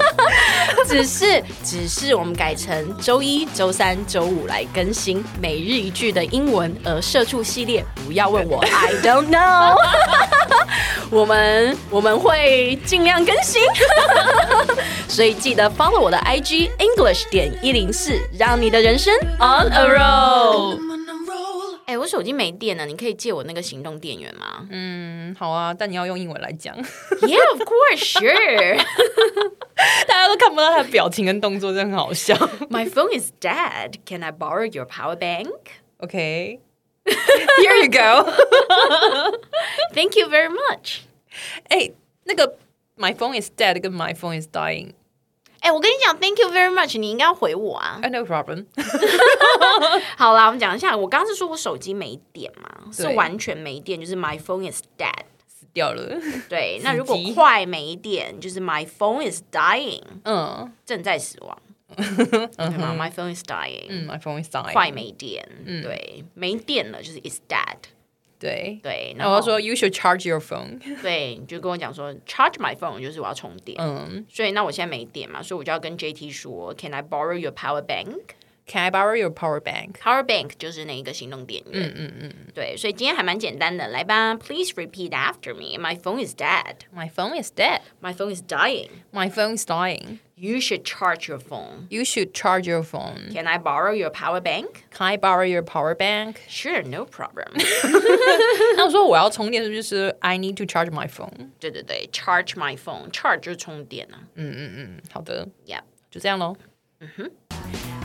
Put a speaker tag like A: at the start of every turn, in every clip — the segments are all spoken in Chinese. A: 只是只是我们改成周一、周三、周五来更新每日一句的英文，而社畜系列不要问我，I don't know 我们我们会尽量更新， 所以记得 follow 我的 IG English 点一零四，让你的人生 on a roll。
B: I'm on a roll.
A: 哎、我手机没电了，你可以借我那个行动电源吗、
C: 嗯，好啊，但你要用英文来讲，
A: y e a h of course, sure.
C: 大家都看不到他的表情跟动作，真的很好笑。
A: My phone is dead. Can I borrow your power bank?
C: OK。Here you go
A: Thank you very much.
C: 哎、那个 My phone is dead 跟 My phone is dying。
A: 哎、我跟你讲，Thank you very much，你应该要回我啊。
C: No problem
A: 好啦，我们讲一下，我刚刚是说我手机没电嘛，是
C: 对
A: 完全没电，就是 my phone is dead。
C: 死掉了。
A: 对，那如果
C: 死机
A: 快没电，就是 my phone is dying，
C: 嗯
A: 正在死亡，对吗？My phone is dying，
C: 嗯，My phone is dying。
A: 快没电，对，没电了就是 is dead，
C: 对。
A: 对，然
C: 然后
A: 后
C: 我要说 You should charge your phone。
A: 对，你就跟我讲说 charge my phone，就是我要充电，
C: 嗯
A: 所以那我现在没电嘛，所以我就要跟 JT 说，Can I borrow your power bank？
C: ，Can I borrow your power bank？
A: Power Bank 就是那一个行动电源，嗯嗯嗯，对，所以今天还蛮简单的，来吧，Please repeat after me. My phone is dead.
C: My phone is dead.
A: My phone is dying.
C: My phone is dying.
A: You should charge your phone.
C: You should charge your phone.
A: Can I borrow your power bank?
C: Can I borrow your power bank？
A: Sure, no problem.
C: 那我说我要充电，是不是就是 I need to charge my phone？
A: 对对对，charge my phone. Charge 就是充电啊。
C: 嗯好的，
A: Yep.
C: 就这样喽。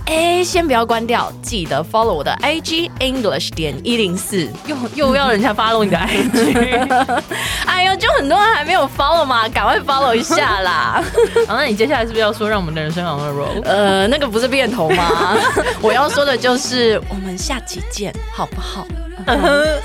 A: 哎，先不要关掉，记得 follow 我的 IG English 点一零四。
C: 又又要人家 follow 你的 IG，
A: 哎呦，就很多人还没有 follow 嘛，赶快 follow 一下 啦。
C: 好，那你接下来是不是要说让我们的人生 on a roll？
A: 呃，那个不是变头吗？ 我要说的就是，我们下期见，好不好？
B: I